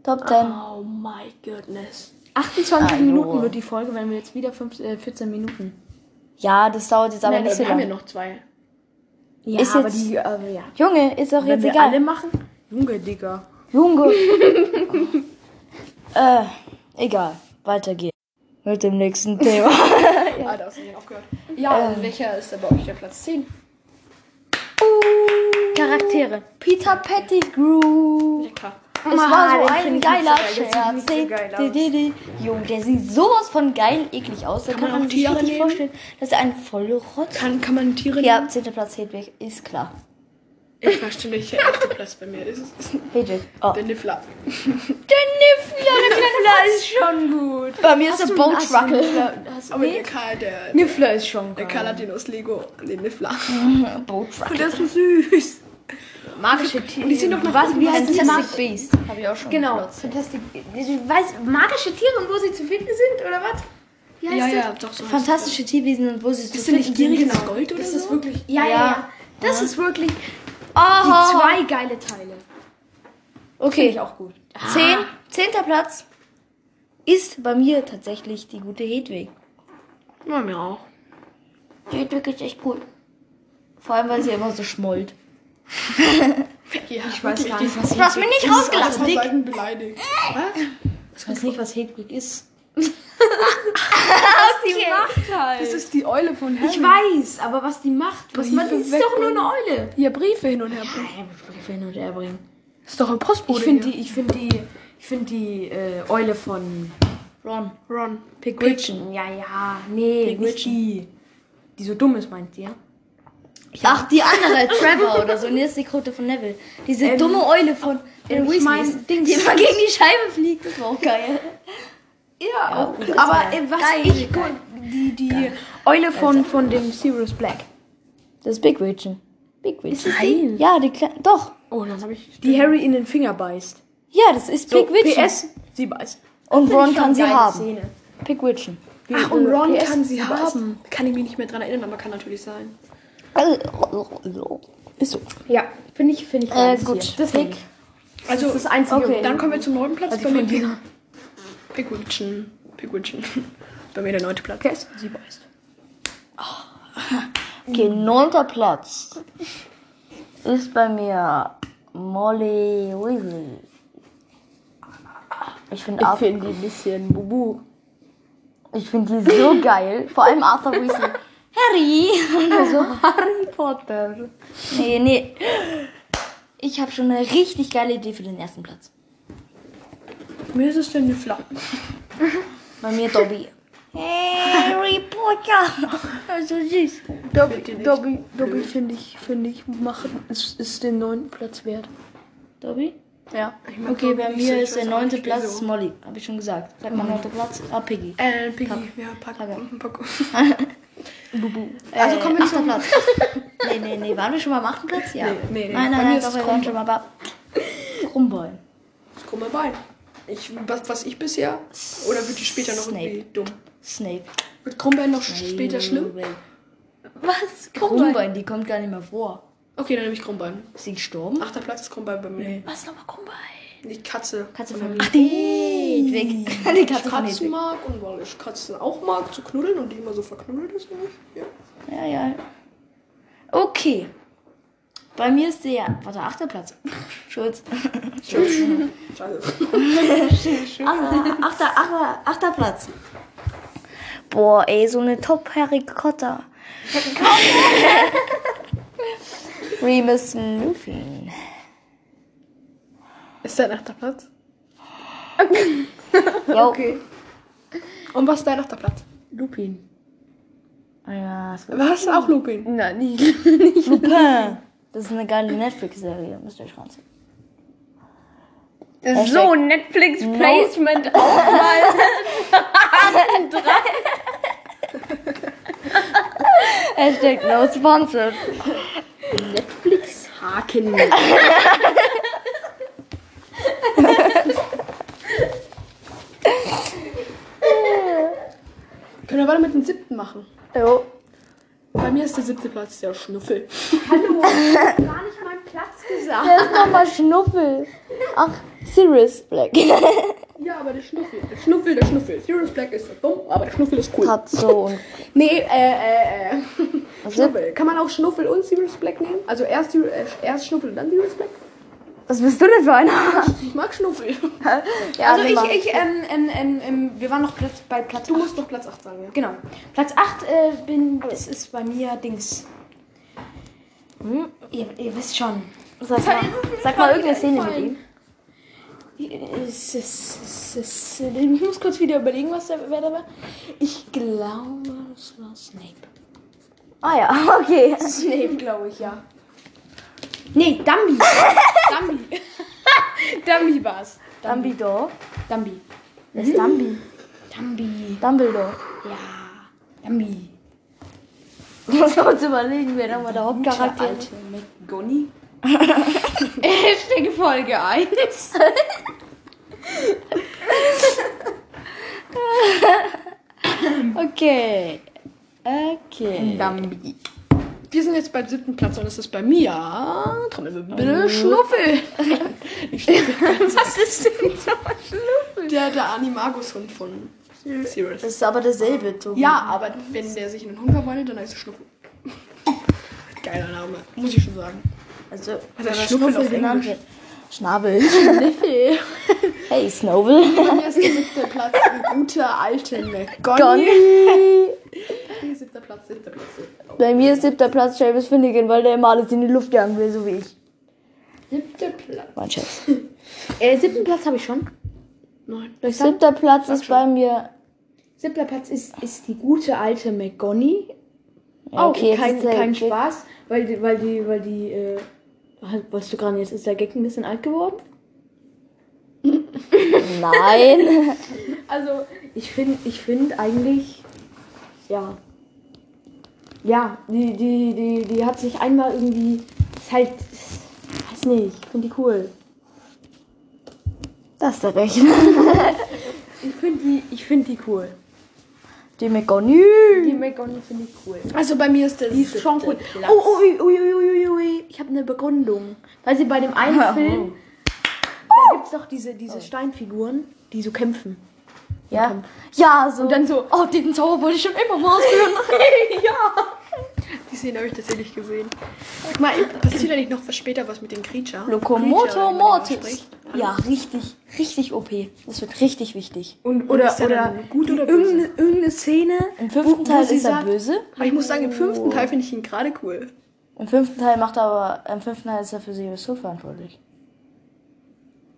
Speaker 1: top 10.
Speaker 3: Oh my goodness.
Speaker 2: 28
Speaker 1: Ah,
Speaker 2: Minuten
Speaker 1: jo.
Speaker 2: wird die Folge, wenn wir jetzt wieder fünf, äh, 14 Minuten.
Speaker 1: Ja, das dauert jetzt aber
Speaker 3: Nein,
Speaker 1: nicht so
Speaker 3: Äh, wir haben ja
Speaker 1: lange.
Speaker 3: noch zwei.
Speaker 2: Ja,
Speaker 1: Ist
Speaker 2: aber
Speaker 1: jetzt-
Speaker 2: die, aber ja.
Speaker 1: Junge, ist doch
Speaker 3: Wenn
Speaker 1: jetzt
Speaker 3: wir
Speaker 1: egal.
Speaker 3: alle machen? Junge, Digga.
Speaker 1: Junge. äh, egal. Weiter geht's. Mit dem nächsten Thema.
Speaker 3: Ah, da hast du aufgehört. Ja, welcher ist aber bei euch der Platz 10?
Speaker 2: Charaktere.
Speaker 1: Peter Pettigrew.
Speaker 3: Lecker.
Speaker 1: Es war so
Speaker 2: den
Speaker 1: ein
Speaker 2: find ich
Speaker 1: geiler
Speaker 2: nicht so geil. Der sieht
Speaker 1: Scherz.
Speaker 2: nicht so geil aus.
Speaker 1: Di- di- di- di. Junge, der sieht sowas von geil eklig aus. Da kann,
Speaker 3: man auch
Speaker 1: man sich
Speaker 3: Tiere
Speaker 1: richtig
Speaker 3: nehmen?
Speaker 1: vorstellen, dass er ein voller Rotz
Speaker 3: Kann, kann man Tiere
Speaker 1: Ja, 10. Platz Hedwig, ist klar.
Speaker 3: Ich verstehe nicht, der erste Platz bei mir ist, ist
Speaker 1: Hedwig. Oh.
Speaker 3: der Niffler.
Speaker 2: Niffler ist schon gut.
Speaker 1: Bei mir ist der Bone
Speaker 2: Hast du einen
Speaker 1: Truckle.
Speaker 2: Niffler- hast du-
Speaker 3: Aber der Karl, der, der
Speaker 2: Niffler ist schon gut.
Speaker 3: Karl hat den aus Lego, den Niffler.
Speaker 1: Bone Truckle.
Speaker 3: Oh, Der ist so süß.
Speaker 2: Magische Tiere.
Speaker 3: Und ich sehe noch nach
Speaker 2: Was, wie heißt die
Speaker 1: Fantastic
Speaker 2: Magische?
Speaker 1: Beast. Habe ich auch schon
Speaker 2: Genau,
Speaker 1: benutzt.
Speaker 2: Fantastic. Ich weiß, magische Tiere und wo sie zu finden sind, oder was? Wie heißt
Speaker 3: Ja,
Speaker 2: das?
Speaker 3: ja, doch so.
Speaker 1: Fantastische Tierwesen und wo sie zu
Speaker 3: Ist der nicht genau?
Speaker 1: finden sind.
Speaker 3: gierig ins Gold oder
Speaker 2: Das
Speaker 3: so?
Speaker 2: ist wirklich. Ja, ja,
Speaker 1: Ja.
Speaker 2: ja. Das ist wirklich die
Speaker 1: Oh.
Speaker 2: zwei geile Teile. Finde
Speaker 1: Okay,
Speaker 2: ich auch gut.
Speaker 1: Zehn, zehnter Platz ist bei mir tatsächlich die gute Hedwig.
Speaker 3: Ja, mir auch.
Speaker 1: Hedwig ist echt gut. Vor allem, weil sie immer so schmollt.
Speaker 3: Ja,
Speaker 2: Ich weiß gar nicht, was
Speaker 1: Du hast mich nicht rausgelassen, also Dick.
Speaker 3: Seiten beleidigt.
Speaker 1: Ich weiß nicht, was Hedwig ist.
Speaker 2: die macht halt.
Speaker 3: Das ist die Eule von Harry.
Speaker 2: Ich weiß, aber was die macht, was man
Speaker 3: Briefe
Speaker 2: ist doch nur
Speaker 3: wegbringen.
Speaker 2: eine Eule.
Speaker 3: die ja Briefe hin und her bringt.
Speaker 2: Ich hin und her bringen.
Speaker 3: Ist doch ein Postbote.
Speaker 2: Ich finde die, ich finde die, ich finde die äh, Eule von
Speaker 1: Ron.
Speaker 3: Ron.
Speaker 1: Pigwidgeon.
Speaker 2: Ja, ja, nee, nicht
Speaker 1: Pigwidgeon.
Speaker 2: die, die so dumm ist, meint ihr?
Speaker 1: Ach, die andere, Trevor oder so. Nee, das ist die Kröte von Neville. Diese
Speaker 2: Ähm,
Speaker 1: dumme Eule von den
Speaker 2: ähm,
Speaker 1: Weasleys,
Speaker 2: ich mein,
Speaker 1: die immer gegen die Scheibe fliegt. Das war auch geil.
Speaker 2: Ja,
Speaker 1: gut, das war
Speaker 2: aber
Speaker 1: ja
Speaker 2: äh, was
Speaker 1: geil,
Speaker 2: ich
Speaker 1: geil.
Speaker 2: gut, die, die Eule von, von dem Sirius Black.
Speaker 1: Das ist Pigwidgeon. Pigwidgeon. Ist
Speaker 2: das die?
Speaker 1: Ja, die kleine... Doch.
Speaker 3: Oh, das habe ich.
Speaker 2: Die Harry in den Finger beißt.
Speaker 1: Ja, das ist
Speaker 2: So,
Speaker 1: Pigwidgeon.
Speaker 2: PS, sie beißt.
Speaker 1: Und
Speaker 2: Finde
Speaker 1: Ron
Speaker 2: ich schon
Speaker 1: kann sie
Speaker 2: geile
Speaker 1: haben.
Speaker 2: Szene.
Speaker 1: Pigwidgeon.
Speaker 3: Ach, Ah, und Ron
Speaker 2: Äh, PS
Speaker 3: kann sie
Speaker 2: beißt.
Speaker 3: haben. Kann ich mich nicht mehr dran erinnern, aber kann natürlich sein.
Speaker 1: Also, Ist so.
Speaker 2: Ja, finde ich, finde ich.
Speaker 1: Äh,
Speaker 2: ganz
Speaker 1: gut.
Speaker 2: hier. Deswegen.
Speaker 3: Also,
Speaker 2: Das ist das einzige.
Speaker 1: Okay.
Speaker 3: dann kommen wir zum neunten Platz.
Speaker 2: Also
Speaker 3: bei
Speaker 2: von
Speaker 3: mir Pig-
Speaker 2: dieser-
Speaker 3: Pigwidgeon. Pigwidgeon. Bei mir der neunte Platz.
Speaker 2: Okay, sie beißt.
Speaker 1: Okay, neunter Platz ist bei mir Molly Weasley. Ich finde Arthur,
Speaker 2: finde die ein bisschen bubu.
Speaker 1: ich finde die so geil. Vor allem Arthur Weasley. Harry! Oder so.
Speaker 2: Harry Potter.
Speaker 1: Nee, nee. Ich habe schon eine richtig geile Idee für den ersten Platz.
Speaker 3: Mir ist es der Niffler.
Speaker 1: Bei mir Dobby. Harry Potter! So Also süß.
Speaker 3: Dobby,
Speaker 2: Dobby, Dobby finde ich, finde ich, machen, ist, ist den neunten Platz wert.
Speaker 1: Dobby?
Speaker 2: Ja.
Speaker 1: Okay, bei mir ist der neunte Platz ist
Speaker 3: So.
Speaker 1: Molly. Habe ich schon gesagt. Sag mal, neunter Platz. Ah, Piggy.
Speaker 3: Mhm. Äh, Piggy. Ja, pack. pack.
Speaker 1: Also kommen wir zum Platz. nee, nee, nee. Waren wir schon mal am achten Platz? Ja.
Speaker 3: Nee, nee, nee.
Speaker 1: Nein, nein,
Speaker 3: Bei mir
Speaker 1: nein.
Speaker 3: ist
Speaker 1: Doch,
Speaker 3: es
Speaker 1: wir waren schon mal bei Krummbein.
Speaker 3: Krumme Bein. Ich, was, was ich bisher. Oder wird die später noch
Speaker 1: Snape.
Speaker 3: irgendwie dumm?
Speaker 1: Snape.
Speaker 3: Wird Krummbein noch später schlimm?
Speaker 1: Was? Krummbein, die kommt gar nicht mehr vor.
Speaker 3: Okay, dann nehme ich Krummbein.
Speaker 1: Ist sie gestorben?
Speaker 3: Achter Platz ist Krummbein bei mir.
Speaker 1: Was nochmal Krummbein?
Speaker 3: Die Katze.
Speaker 1: Katze von Hedwig. Die Katze von
Speaker 3: Katzen
Speaker 1: Hedwig.
Speaker 3: mag und weil ich Katzen auch mag zu knuddeln und die immer so verknuddelt ist. finde ich. Ja.
Speaker 1: Ja, ja. Okay. Bei mir ist der. Warte, achter Platz. Schulz.
Speaker 3: Scheiße.
Speaker 1: Achter, achter, achter, achter Platz. Boah, ey, so eine Top Harry Potter. Remus Lupin.
Speaker 3: Ist dein achter Platz?
Speaker 1: Jo.
Speaker 3: Okay. Und was ist dein achter Platz?
Speaker 2: Lupin.
Speaker 1: Ja, es wird-
Speaker 3: Was? Auch Lupin.
Speaker 2: Nein, nicht. nicht.
Speaker 1: Lupin. Das ist eine geile Netflix-Serie, müsst ihr euch reinziehen.
Speaker 2: So, Netflix Placement auch
Speaker 1: Hashtag no sponsored.
Speaker 2: Netflix Haken.
Speaker 3: Können wir weiter mit dem siebten machen?
Speaker 1: Jo.
Speaker 3: Bei mir ist der siebte Platz der Schnuffel.
Speaker 2: Hallo, das ist gar nicht mein Platz gesagt.
Speaker 1: Das ist nochmal Schnuffel. Ach, Sirius Black.
Speaker 3: Ja, aber der Schnuffel. Der Schnuffel, der Schnuffel. Sirius Black ist so dumm, aber der Schnuffel ist cool.
Speaker 1: Katzo und
Speaker 3: Nee, äh, äh, äh.
Speaker 1: Sipp.
Speaker 3: Schnuffel. Kann man auch Schnuffel und Sirius Black nehmen? Also erst, Sir- äh, erst Schnuffel und dann Sirius Black?
Speaker 1: Was bist du denn für einer?
Speaker 3: Ich mag Schnuffel.
Speaker 1: Ja,
Speaker 2: also
Speaker 1: nimm mal.
Speaker 2: ich, ich, ähm, ähm, ähm, ähm, wir waren noch Platz, bei Platz
Speaker 3: Du
Speaker 2: 8.
Speaker 3: musst doch Platz 8 sagen, ja.
Speaker 2: Genau. Platz 8 äh, bin, das ist bei mir Dings.
Speaker 1: Hm?
Speaker 2: Ihr, ihr wisst schon.
Speaker 1: Sag mal, sag mal irgendeine Szene mit ihm.
Speaker 2: Es, es, es, es, ich muss kurz wieder überlegen, was da, wer da war. Ich glaube, es war Snape.
Speaker 1: Ah ja, okay.
Speaker 2: Snape, glaube ich, ja. Nee, Dumbi. Dumbi. Dumbi war's.
Speaker 1: Dumbledore.
Speaker 2: Dumbi.
Speaker 1: Wer ist Dumbi?
Speaker 2: Dumbi.
Speaker 1: Dumbledore.
Speaker 2: Ja. Dumbi.
Speaker 1: Ich muss kurz überlegen, wer nochmal der Hauptcharakter ist.
Speaker 2: Alte McGonny. Hashtag Folge 1.
Speaker 1: Okay. Okay.
Speaker 2: Dumbi.
Speaker 3: Wir sind jetzt beim siebten Platz und es ist bei mir. Trommelwirbel, Schnuffel.
Speaker 2: Was ist denn so
Speaker 3: Der, der Animagus-Hund von Sirius.
Speaker 1: Das ist aber derselbe, Tobi.
Speaker 3: Ja, aber wenn der sich in den Hund verwandelt, dann heißt er Schnuffel. Geiler Name, muss ich schon sagen.
Speaker 1: Also,
Speaker 3: Also
Speaker 1: wenn er
Speaker 3: Schnuffel auf Englisch.
Speaker 1: wird. Schnabel. hey, Snowball.
Speaker 3: Bei mir ist der siebte Platz ein guter alte McGonagall.
Speaker 1: Donny.
Speaker 3: Siebter Platz, siebter Platz. siebter Platz.
Speaker 1: Bei mir ist siebter Platz Travis Finnegan, weil der immer alles in die Luft jagen will, so wie ich.
Speaker 3: Siebter Platz.
Speaker 1: Mein Schatz.
Speaker 2: Äh, siebten Platz habe ich schon.
Speaker 3: Neun.
Speaker 2: Soll ich sagen?
Speaker 1: Siebter Platz ist bei mir.
Speaker 2: Siebter Platz ist, ist die gute alte McGonny.
Speaker 1: Ja,
Speaker 2: okay,
Speaker 1: jetzt
Speaker 2: kein,
Speaker 1: ist der
Speaker 2: kein
Speaker 1: Gag-
Speaker 2: Spaß, weil die, weil die, weil die, äh, wolltest du gerade, jetzt ist der Gag ein bisschen alt geworden?
Speaker 1: Nein.
Speaker 2: Also, ich finde, ich finde eigentlich, ja. Ja, die, die, die, die hat sich einmal irgendwie, ist halt, weiß nicht, ich finde die cool.
Speaker 1: das ist der Rechner.
Speaker 2: Ich finde die, ich finde die cool.
Speaker 1: Die McGonagall.
Speaker 2: Die McGonagall finde ich cool.
Speaker 3: Also bei mir ist der
Speaker 2: Die ist
Speaker 3: siebte
Speaker 2: schon cool.
Speaker 3: Platz.
Speaker 2: Oh, oh, ui, ui, ui, ui, ui. Ich habe eine Begründung. Weil sie bei dem einen Film, da gibt's doch diese, diese Steinfiguren, die so kämpfen.
Speaker 1: Ja. Ja, so.
Speaker 2: Und dann so,
Speaker 1: Oh, diesen Zauber wollte ich schon immer mal ausführen.
Speaker 3: Die Szene habe ich tatsächlich gesehen. Sag mal, passiert da nicht noch was später was mit den Creature? Creature,
Speaker 1: Locomotor
Speaker 3: wenn man
Speaker 1: Mortis.
Speaker 3: spricht.
Speaker 1: Ja, richtig, richtig OP. Das wird richtig wichtig.
Speaker 2: und, oder,
Speaker 3: Ist der
Speaker 2: oder,
Speaker 3: dann gut oder böse?
Speaker 2: irgendeine, irgendeine Szene.
Speaker 3: Hm.
Speaker 1: Im fünften
Speaker 2: wo- wo
Speaker 1: Teil
Speaker 2: sie
Speaker 1: ist er
Speaker 2: sagt-
Speaker 1: böse.
Speaker 3: Aber ich muss sagen, im fünften Teil finde ich ihn gerade cool.
Speaker 1: Im fünften Teil macht er aber. Im fünften Teil ist er für Sirius Hood verantwortlich.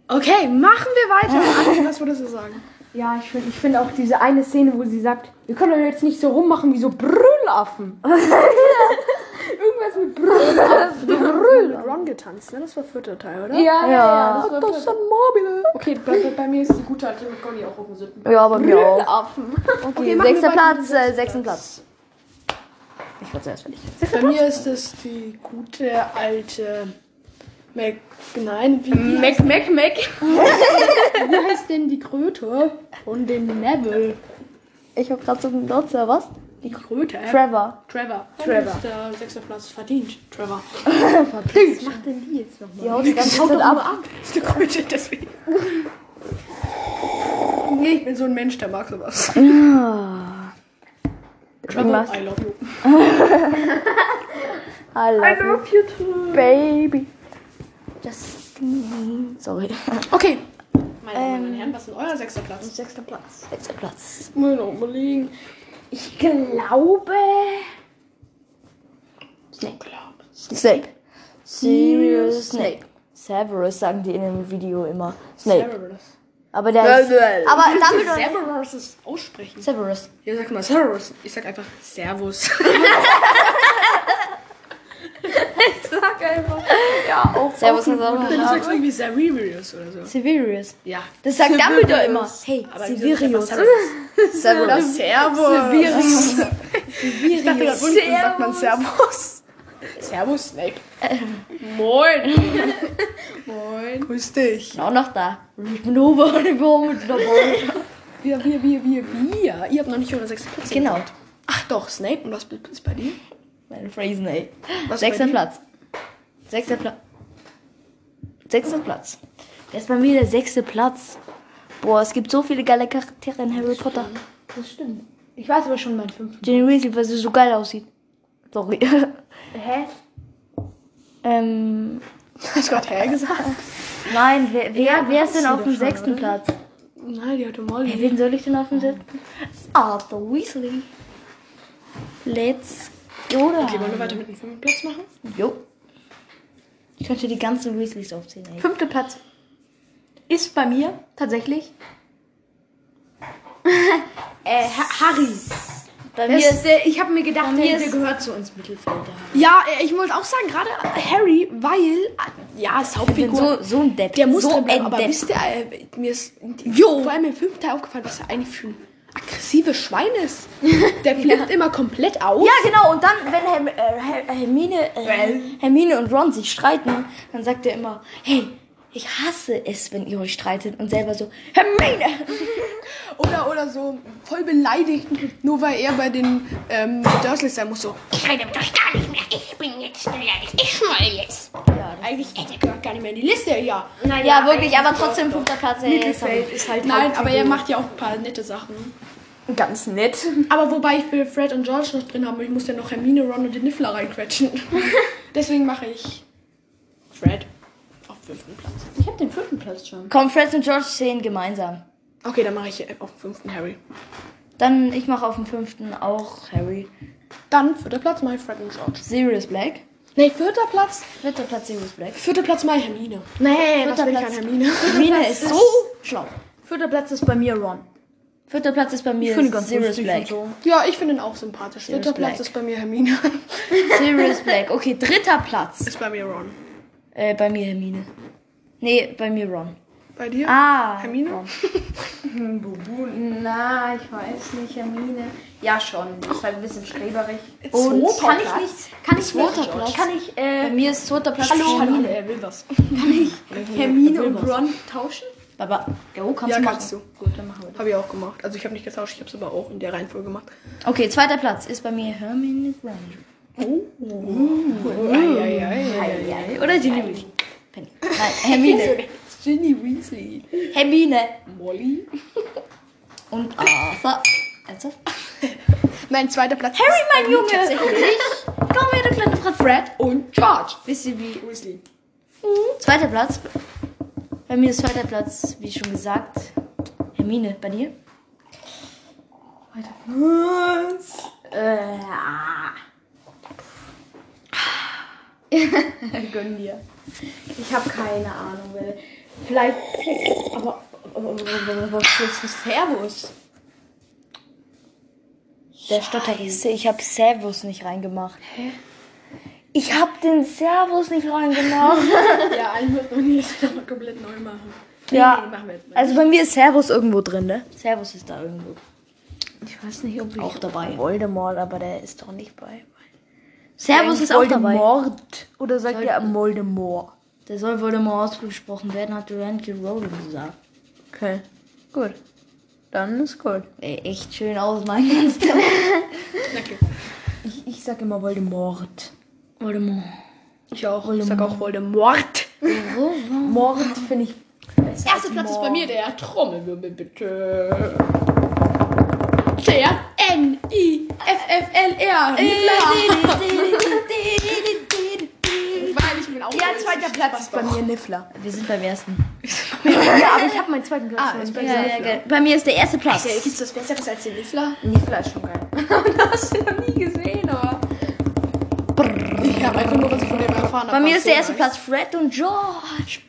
Speaker 3: Okay, machen wir weiter. was würdest du sagen?
Speaker 2: Ja, ich finde ich find auch diese eine Szene, wo sie sagt, wir können doch jetzt nicht so rummachen wie so Brüllaffen. Irgendwas mit Brüllaffen.
Speaker 3: Brüll. Mit Ron getanzt, ne? Das war vierter Teil, oder?
Speaker 2: ja,
Speaker 1: ja,
Speaker 2: war
Speaker 3: Das ist ein Mobile. Okay, bei, Also bei, bei mir ist die gute alte McGonny auch auf dem siebten Platz.
Speaker 1: Ja, bei mir auch.
Speaker 3: Affen.
Speaker 1: Okay,
Speaker 3: machen wir
Speaker 1: sechster
Speaker 3: weiter mit
Speaker 1: Platz,
Speaker 3: dem
Speaker 1: äh, sechsten Platz. Ich war zuerst fertig.
Speaker 3: Bei mir ist das die gute alte Mac. Nein, wie, wie, heißt,
Speaker 2: Mac, Mac.
Speaker 3: wie heißt denn die Kröte von dem Neville?
Speaker 1: Ich hab grad so einen Glotzer, was?
Speaker 3: Die Kröte?
Speaker 1: Äh. Trevor.
Speaker 3: Trevor.
Speaker 2: Trevor.
Speaker 3: Das ist der sechste Platz verdient. Trevor.
Speaker 2: Was macht denn die jetzt nochmal?
Speaker 1: Die haut die ganze Zeit
Speaker 2: doch
Speaker 1: ab.
Speaker 2: nur
Speaker 3: Das ist eine Kröte, deswegen. Nee, ich bin so ein Mensch, der mag sowas. Trevor,
Speaker 1: Irgendwas.
Speaker 3: I love you.
Speaker 1: I love you,
Speaker 3: you too.
Speaker 1: baby. Just Sorry.
Speaker 3: Okay. Meine Damen und Herren, was ist denn euer sechster Platz? Sechster Platz.
Speaker 1: Sechster Platz.
Speaker 3: Mal noch überlegen.
Speaker 2: Ich glaube.
Speaker 1: Snape. Snape. Sirius Snape. Severus sagen die in dem Video immer. Snape.
Speaker 3: Cerberus.
Speaker 1: Aber der ist.
Speaker 2: Severus.
Speaker 1: Aber Dumbledore.
Speaker 3: Cerberus ist aussprechen.
Speaker 1: Severus.
Speaker 3: Ja, sag mal Servus. Ich sag einfach Servus.
Speaker 2: Sag einfach. Ja, auch.
Speaker 1: Servus und
Speaker 3: Du
Speaker 1: Severus.
Speaker 3: sagst irgendwie Serverius oder so.
Speaker 1: Severus.
Speaker 3: Ja.
Speaker 1: Das sagt
Speaker 3: Severus.
Speaker 1: Dumbledore immer. Hey,
Speaker 3: Aber wieso sagt man
Speaker 1: Severus.
Speaker 3: Servus? Oder
Speaker 1: Severus.
Speaker 3: Servus. Ich dachte gerade,
Speaker 1: Severus.
Speaker 3: unten sagt man Servus. Servus, Snape. Moin. Moin. Grüß dich.
Speaker 1: Auch noch da. Ich bin oben und ich bin oben mit dabei.
Speaker 3: Wir, wir, wir, wir, wir. Ihr habt noch nicht eure sechste Plätze.
Speaker 1: Genau.
Speaker 3: Ach doch, Snape. Und was ist bei dir?
Speaker 1: Meine Phrasen, ey.
Speaker 3: Was bei
Speaker 1: Sechster
Speaker 3: dir?
Speaker 1: Platz. Sechster Platz. Sechster Platz. Das ist bei mir der sechste Platz. Boah, es gibt so viele geile Charaktere in Harry Potter.
Speaker 2: Das stimmt. Ich weiß aber schon meinen fünften.
Speaker 1: Jenny Weasley, weil sie so geil aussieht. Sorry.
Speaker 2: Hä?
Speaker 1: ähm,
Speaker 3: Hast du gerade hergesagt?
Speaker 1: nein, wer, wer,
Speaker 2: Ja,
Speaker 1: wer ist denn
Speaker 2: sie
Speaker 1: auf
Speaker 2: doch
Speaker 1: dem
Speaker 2: schon,
Speaker 1: sechsten Platz?
Speaker 3: Nein, die hatte
Speaker 1: Ja,
Speaker 3: Molly.
Speaker 1: wen soll ich denn auf dem sechsten? Arthur Weasley. Let's go. da.
Speaker 3: Okay, wollen wir weiter mit dem fünften Platz machen?
Speaker 1: Jo. Ich könnte die ganzen Weasleys aufzählen. Ey.
Speaker 3: Fünfter Platz ist bei mir tatsächlich äh, Ha- Harry.
Speaker 1: Bei
Speaker 2: Das
Speaker 1: mir
Speaker 2: ist der, ich habe mir gedacht,
Speaker 1: mir
Speaker 2: der
Speaker 1: ist-
Speaker 2: gehört zu uns Mittelfelder.
Speaker 3: Ja, äh, ich wollte auch sagen, gerade Harry, weil, äh, ja, ist
Speaker 1: bin
Speaker 3: Hauptfigur.
Speaker 1: so, so ein Depp.
Speaker 3: der muss
Speaker 1: so
Speaker 3: drin bleiben,
Speaker 1: ein
Speaker 3: aber
Speaker 1: Depp.
Speaker 3: wisst ihr, äh, mir ist jo. vor allem im fünften Teil aufgefallen, was er eigentlich für ein aggressives Schwein ist. Der flippt immer komplett aus.
Speaker 1: Ja, genau. Und dann, wenn Herm, äh, Her- Hermine, äh, Hermine und Ron sich streiten, dann sagt er immer, hey, ich hasse es, wenn ihr euch streitet. Und selber so, Hermine!
Speaker 3: Oder, oder so voll beleidigt, nur weil er bei den ähm, Dursleys sein muss. So,
Speaker 4: Ich rede mit euch gar nicht mehr. Ich bin jetzt beleidigt. Ich schmoll jetzt.
Speaker 3: eigentlich äh, gehört gar nicht mehr in die Liste, ja.
Speaker 1: Ja, wirklich, aber trotzdem fünfter Platz. ey, sorry.
Speaker 2: Mittelfeld ist halt
Speaker 3: Nein, aber er macht ja auch ein paar nette Sachen.
Speaker 2: ganz nett.
Speaker 3: Aber wobei ich will Fred und George noch drin haben, ich muss ja noch Hermine, Ron und den Niffler reinquetschen. Deswegen mache ich Fred auf fünften Platz.
Speaker 2: Ich habe den vierten Platz schon.
Speaker 1: Komm, Fred und George sehen gemeinsam.
Speaker 3: Okay, dann mache ich äh, auf fünften Harry.
Speaker 1: Dann, ich mache auf dem fünften auch Harry.
Speaker 3: Dann vierter Platz mal Fred und George.
Speaker 1: Sirius Black.
Speaker 3: Nee, vierter Platz.
Speaker 1: Vierter Platz Sirius Black.
Speaker 3: Vierter Platz mal Hermine.
Speaker 2: Nee,
Speaker 1: Vierter
Speaker 2: was will ich
Speaker 1: Platz.
Speaker 2: an Hermine?
Speaker 3: Hermine.
Speaker 1: Hermine ist so schlau.
Speaker 2: Vierter Platz ist bei mir Ron.
Speaker 1: Vierter Platz ist bei mir
Speaker 2: finde ganz
Speaker 1: Sirius
Speaker 2: lustig
Speaker 1: Black.
Speaker 3: Ja, ich finde ihn auch sympathisch. Vierter
Speaker 1: Black.
Speaker 3: Platz ist bei mir Hermine.
Speaker 1: Sirius Black. Okay, dritter Platz.
Speaker 3: Ist bei mir Ron.
Speaker 1: Äh, bei mir Hermine. Nee, bei mir Ron.
Speaker 3: Bei dir?
Speaker 1: Ah.
Speaker 3: Hermine?
Speaker 2: Na, ich weiß nicht, Hermine. Ja, schon. Ist halt ein bisschen streberig.
Speaker 3: Zweiter
Speaker 2: kann ich
Speaker 3: Platz.
Speaker 2: nicht. Kann ich
Speaker 1: Zweiter
Speaker 2: nicht.
Speaker 1: Platz.
Speaker 2: Kann ich
Speaker 1: Bei
Speaker 2: äh,
Speaker 1: mir ist zweiter Platz
Speaker 2: Hallo.
Speaker 1: Hermine.
Speaker 3: Hallo, er will was.
Speaker 2: Hermine und Ron tauschen?
Speaker 1: Aber,
Speaker 2: Jo, kannst
Speaker 3: Ja,
Speaker 2: du
Speaker 3: kannst du.
Speaker 2: machen. Gut, dann machen wir das.
Speaker 3: Habe ich auch gemacht. Also ich habe nicht getauscht, ich habe es aber auch in der Reihenfolge gemacht.
Speaker 1: okay, zweiter Platz ist bei mir Hermine Granger.
Speaker 3: Eieiei.
Speaker 1: Oder Ginny Weasley. Penny. Nein, Hermine.
Speaker 3: Ginny Weasley.
Speaker 1: Hermine.
Speaker 3: Molly.
Speaker 1: Und Arthur. Ernsthaft?
Speaker 3: Mein zweiter Platz. Harry,
Speaker 1: Mein Junge. Tatsächlich. Komm her, du kleine Frau Fred.
Speaker 3: Und George.
Speaker 1: Wisst ihr wie? Hm?
Speaker 3: Weasley.
Speaker 1: Zweiter Platz. Bei mir ist zweiter Platz, wie schon gesagt, Hermine. Bei dir?
Speaker 2: Äh, ah. Gönn dir. Ich habe keine Ahnung. wer- Vielleicht. Aber. aber- aber- aber- aber Was ist Servus?
Speaker 1: Der Stotterer ist. Ich habe Servus nicht reingemacht. Hä? Ich habe den Servus nicht reingemacht.
Speaker 3: Ja, einen wird man jetzt nochmal komplett neu machen.
Speaker 1: Ja.
Speaker 3: Nee, nee, machen wir jetzt mal.
Speaker 1: also bei mir ist Servus irgendwo drin, ne? Servus ist da irgendwo.
Speaker 2: Ich weiß nicht, ob ich.
Speaker 1: Auch dabei.
Speaker 2: Voldemort, aber der ist doch nicht bei.
Speaker 1: Servus ist auch dabei.
Speaker 2: Mord. Oder sagt ihr Voldemort?
Speaker 1: Der soll Voldemort ausgesprochen werden, hat Randy Rowling gesagt.
Speaker 2: Okay. Gut. Dann ist gut.
Speaker 1: Ey, echt schön aus, mein Gast.
Speaker 3: Okay.
Speaker 2: Ich, ich sag immer Voldemort.
Speaker 1: Voldemort.
Speaker 3: Ich auch. Ich sag auch Voldemort.
Speaker 2: Mord finde ich.
Speaker 3: Erster Platz ist bei mir der Trommelwirbel, bitte. Der N-I-F-F-L-R. Weil ich bin auch.
Speaker 2: Ja, zweiter Platz ist bei mir Niffler.
Speaker 1: Wir sind beim ersten.
Speaker 2: Ja, aber ich habe meinen zweiten Platz.
Speaker 3: Ah, ist bei
Speaker 1: Ja, ja, ja. Bei mir ist der erste Platz.
Speaker 3: Gibt es was Besseres als den Niffler?
Speaker 2: Niffler ist schon geil. das hast du noch nie gesehen, aber.
Speaker 3: Ich habe einfach nur was von dem erfahren.
Speaker 1: Bei mir ist der erste Platz Fred und George.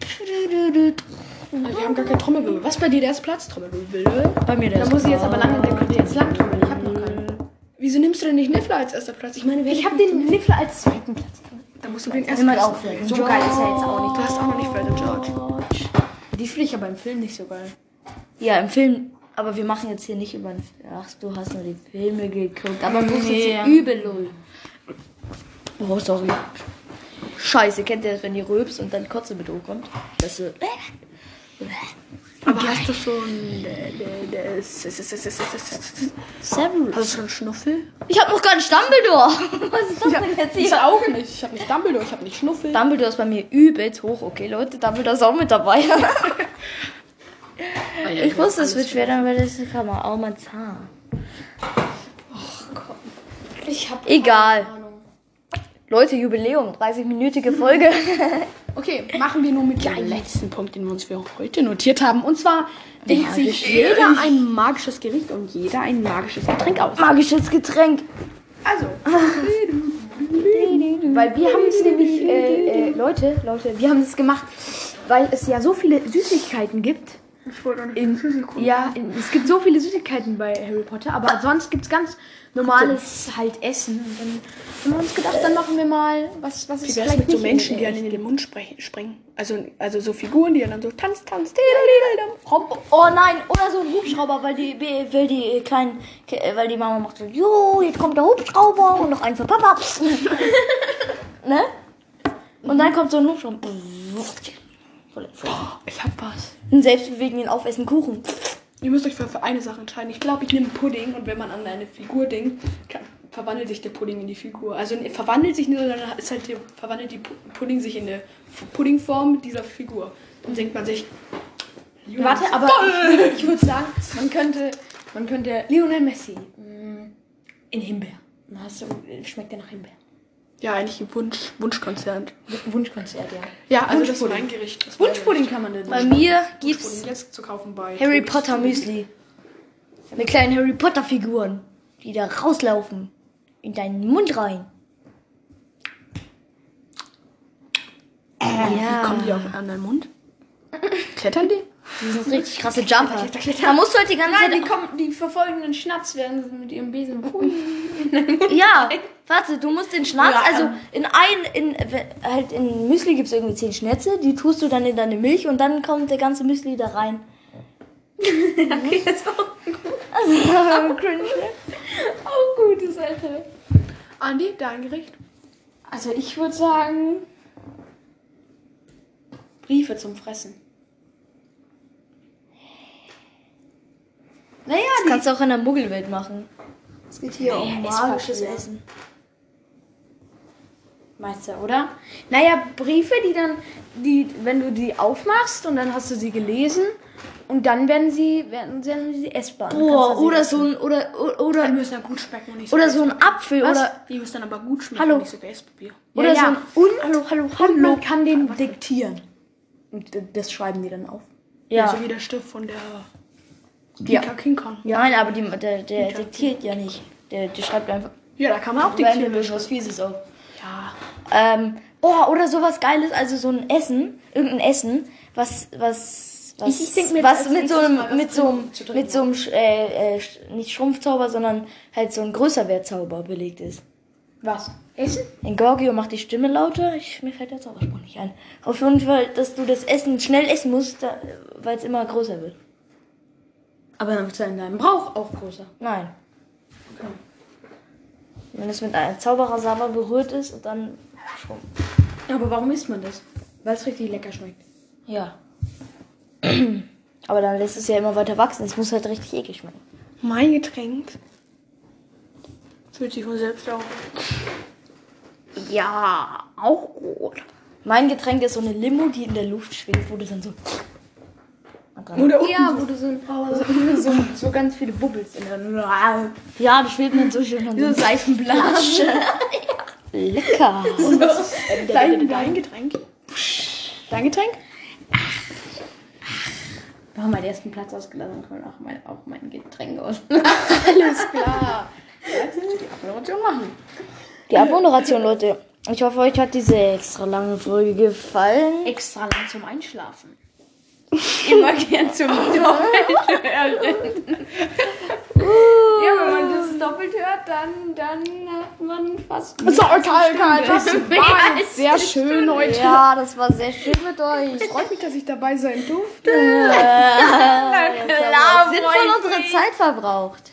Speaker 3: Wir haben gar kein Trommelwirbel. Was bei dir der erste Platz? Trommelwirbel.
Speaker 1: Bei mir der
Speaker 2: Da
Speaker 1: erste
Speaker 2: muss ich
Speaker 1: Platz.
Speaker 2: jetzt aber lange, der könnte jetzt lang trommeln. Ich habe noch keinen.
Speaker 3: Wieso nimmst du denn nicht Niffler als erster Platz? Ich meine, wer
Speaker 2: Ich habe den Niffler als zweiten Platz.
Speaker 3: Da musst du den ersten
Speaker 1: Nimm halt
Speaker 3: Platz.
Speaker 1: auf. Fred und
Speaker 2: So
Speaker 1: George.
Speaker 2: geil ist er jetzt auch nicht.
Speaker 3: Du hast auch noch nicht Fred und George.
Speaker 2: Die finde ich aber im Film nicht so geil.
Speaker 1: Ja, im Film. Aber wir machen jetzt hier nicht über den. Ach, du hast nur die Filme geguckt. Aber du bist
Speaker 2: Nee.
Speaker 1: jetzt übel, Lul. Oh, sorry. äh, Scheiße, kennt ihr das, wenn ihr rülpst und dann Kotze mit hochkommt? Das ist so.
Speaker 3: Aber Aber hast du schon. äh, äh, äh, s- s- s- s- s- s- s-
Speaker 1: Severus.
Speaker 3: Hast du schon Schnuffel?
Speaker 1: Ich hab noch gar nicht Dumbledore. Was ist das denn jetzt hier?
Speaker 3: auch nicht. Ich habe nicht Dumbledore, ich habe nicht Schnuffel.
Speaker 1: Dumbledore ist bei mir übelst hoch. Okay, Leute, Dumbledore ist auch mit dabei. Ah, ich wusste, es wird schwer, dann weil das kann man auch mal Zahn.
Speaker 2: Ich hab.
Speaker 1: Egal. Leute, Jubiläum, 30-minütige Folge.
Speaker 3: Okay, machen wir nun mit dem letzten Punkt, den wir uns für heute notiert haben. Und zwar denkt sich
Speaker 1: Magisch.
Speaker 3: jeder ein magisches Gericht und jeder ein magisches Getränk aus.
Speaker 1: Magisches Getränk.
Speaker 3: Also,
Speaker 2: Weil wir haben es nämlich, äh, äh, Leute, Leute, wir haben es gemacht, weil es ja so viele Süßigkeiten gibt.
Speaker 3: ich wollte noch
Speaker 2: In, ja, in, es gibt so viele Süßigkeiten bei Harry Potter, aber sonst gibt es ganz normales halt Essen. Und dann haben wir uns gedacht, dann machen wir mal, was, was
Speaker 3: Wie
Speaker 2: ist
Speaker 3: wär's
Speaker 2: vielleicht
Speaker 3: mit so
Speaker 2: nicht in-
Speaker 3: Menschen, die einen in den Mund spre- springen? Also, also so Figuren, die dann so tanzt, tanzt, tiddelidelam, Frau-
Speaker 1: Oh nein, oder so ein Hubschrauber, weil die, weil die kleinen, weil die Mama macht so, jo, jetzt kommt der Hubschrauber und noch einen für Papa. ne? Und dann kommt so ein Hubschrauber.
Speaker 3: Ich hab was.
Speaker 1: Einen selbstbewegenden aufessen Kuchen.
Speaker 3: Ihr müsst euch für, für eine Sache entscheiden. Ich glaube, ich nehme Pudding und wenn man an eine Figur denkt, kann, verwandelt sich der Pudding in die Figur. Also ne, verwandelt sich nicht, sondern ist halt die, verwandelt die Pu- Pudding sich in eine F- Puddingform dieser Figur. Dann denkt man sich, Jonas,
Speaker 2: Warte, aber ich würde sagen, man könnte, man könnte Lionel Messi mm, in Himbeer. Na, hast du, schmeckt der nach Himbeer?
Speaker 3: ja, eigentlich ein Wunsch, Wunschkonzert.
Speaker 2: Wunschkonzert, ja.
Speaker 3: Ja, also das ist mein Gericht. Das war
Speaker 2: Wunschpudding kann man denn.
Speaker 1: Bei mir
Speaker 3: ja
Speaker 1: gibt's
Speaker 3: Pudding jetzt zu kaufen bei
Speaker 1: Harry
Speaker 3: Tobis.
Speaker 1: Potter Müsli. Mit kleinen Harry Potter Figuren, die da rauslaufen. In deinen Mund rein.
Speaker 3: Wie kommen die auf an deinen Mund? Klettern die?
Speaker 1: Die sind richtig krasse Jumper. Da musst du halt die ganze
Speaker 2: Nein, die,
Speaker 1: Zeit
Speaker 2: kommen, die verfolgenden Schnaps werden sie mit ihrem Besen.
Speaker 1: Ja, warte, du musst den Schnaps, also in ein, in, halt in Müsli gibt es irgendwie zehn Schnitze, die tust du dann in deine Milch und dann kommt der ganze Müsli da rein. okay, das ist auch gut. Also, cringe.
Speaker 2: Oh, gutes
Speaker 1: halt
Speaker 2: Alter.
Speaker 3: Andi, dein Gericht?
Speaker 2: Also, ich würde sagen. Briefe zum Fressen. Naja,
Speaker 1: Das kannst du auch in der Muggelwelt machen.
Speaker 2: es geht hier um magisches Essen. Meister, oder? Naja, Briefe, die dann, die, wenn du die aufmachst und dann hast du sie gelesen und dann werden sie, werden, werden sie essbar. Dann kannst
Speaker 1: Boah,
Speaker 2: du sie
Speaker 1: Oh, oder
Speaker 2: essen.
Speaker 1: so ein, oder, oder, oder,
Speaker 3: Die müssen dann gut schmecken und nicht so
Speaker 1: oder
Speaker 3: geil
Speaker 1: so ein Apfel
Speaker 3: schmecken.
Speaker 1: oder,
Speaker 3: Die müssen dann aber gut schmecken
Speaker 1: Hallo.
Speaker 3: und nicht so Geistpapier.
Speaker 1: oder
Speaker 2: ja.
Speaker 1: so ein, und, hallo, hallo, hallo.
Speaker 2: Und man kann den diktieren. Und d- das schreiben die dann auf.
Speaker 1: ja.
Speaker 3: So Also wie der Stift von der
Speaker 1: Ja.
Speaker 3: Dieter King Kong.
Speaker 1: Nein, aber die, der, der diktiert ja nicht. Der, der schreibt einfach,
Speaker 3: Ja, da kann man auch
Speaker 1: wenn
Speaker 3: diktieren.
Speaker 1: wir was Fieses auf.
Speaker 3: Ja.
Speaker 1: Ähm, oh, oder sowas Geiles, also so ein Essen, irgendein Essen, was, was, was,
Speaker 2: Ich- ich denk mir jetzt
Speaker 1: was
Speaker 2: als
Speaker 1: mit so
Speaker 2: nächstes
Speaker 1: einem,
Speaker 2: mal was
Speaker 1: mit so einem,
Speaker 2: trinken, zu trinken.
Speaker 1: mit so einem, Sch- äh, äh, Sch- nicht Schrumpfzauber, sondern halt so ein Größerwertzauber belegt ist.
Speaker 2: Was? Essen?
Speaker 1: Ein Gorgio macht die Stimme lauter, ich, mir fällt der Zauberspruch nicht ein. Auf jeden Fall, dass du das Essen schnell essen musst, da- weil es immer größer wird.
Speaker 2: Aber dann wird in deinem Brauch auch größer.
Speaker 1: Nein. Wenn es mit einem Zauberer-Sauber berührt ist und dann schrumpft.
Speaker 2: Aber warum isst man das? Weil es richtig lecker schmeckt.
Speaker 1: Ja. Aber dann lässt es ja immer weiter wachsen. Es muss halt richtig eklig schmecken.
Speaker 3: Mein Getränk fühlt sich von selbst auf.
Speaker 4: Ja, auch gut.
Speaker 1: Mein Getränk ist so eine Limo, die in der Luft schwebt, wo du dann so.
Speaker 3: Oder
Speaker 2: Ja, wo du so, ein, so, so, so ganz viele Bubbles in der
Speaker 1: Ja, die schwebt dann so schön. Und so.
Speaker 2: Seifenblasen.
Speaker 1: Lecker.
Speaker 3: dein, dein Getränk? Dein Getränk?
Speaker 2: Wir haben meinen ersten Platz ausgelassen und können auch mein, auch mein Getränk aus.
Speaker 3: Alles klar.
Speaker 2: Abmoderation machen.
Speaker 1: Die Abmoderation, Leute. Ich hoffe, euch hat diese extra lange Folge gefallen.
Speaker 2: Extra lang zum Einschlafen. Immer gern zum Doppelt hören. ja, wenn man das doppelt hört, dann, dann hat man fast.
Speaker 3: So, Karl, Karl, das
Speaker 2: Mehr
Speaker 3: war
Speaker 2: als
Speaker 3: jetzt sehr schön heute.
Speaker 1: Ja, das war sehr schön mit euch.
Speaker 3: Freut mich, dass ich dabei sein durfte.
Speaker 1: Klar, sinnvoll unsere Zeit verbraucht.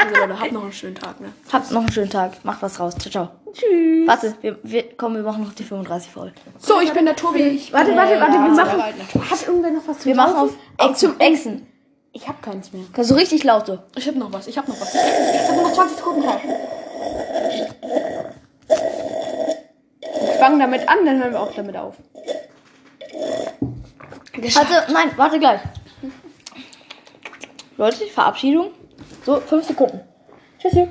Speaker 3: Also Leute, habt noch einen schönen Tag, ne?
Speaker 1: Habt noch einen schönen Tag. Macht was raus. Ciao, ciao.
Speaker 2: Tschüss.
Speaker 1: Warte, wir, wir, komm, wir machen noch die 35 voll.
Speaker 3: So, ich bin der Tobi.
Speaker 2: Warte, warte, warte, wir machen.
Speaker 3: Leute.
Speaker 2: Hat irgendwer noch was zu
Speaker 1: Wir machen auf
Speaker 2: Auf
Speaker 1: Echsen. Echsen.
Speaker 2: Ich hab keins mehr.
Speaker 1: Kannst du richtig laut so.
Speaker 3: Ich hab noch was, ich hab noch was.
Speaker 2: Ich habe noch 20 Sekunden Zeit. Ich fange damit an, dann hören wir auch damit auf.
Speaker 1: Warte, nein, warte gleich. Leute, Verabschiedung. So, 5 Sekunden. Tschüssi.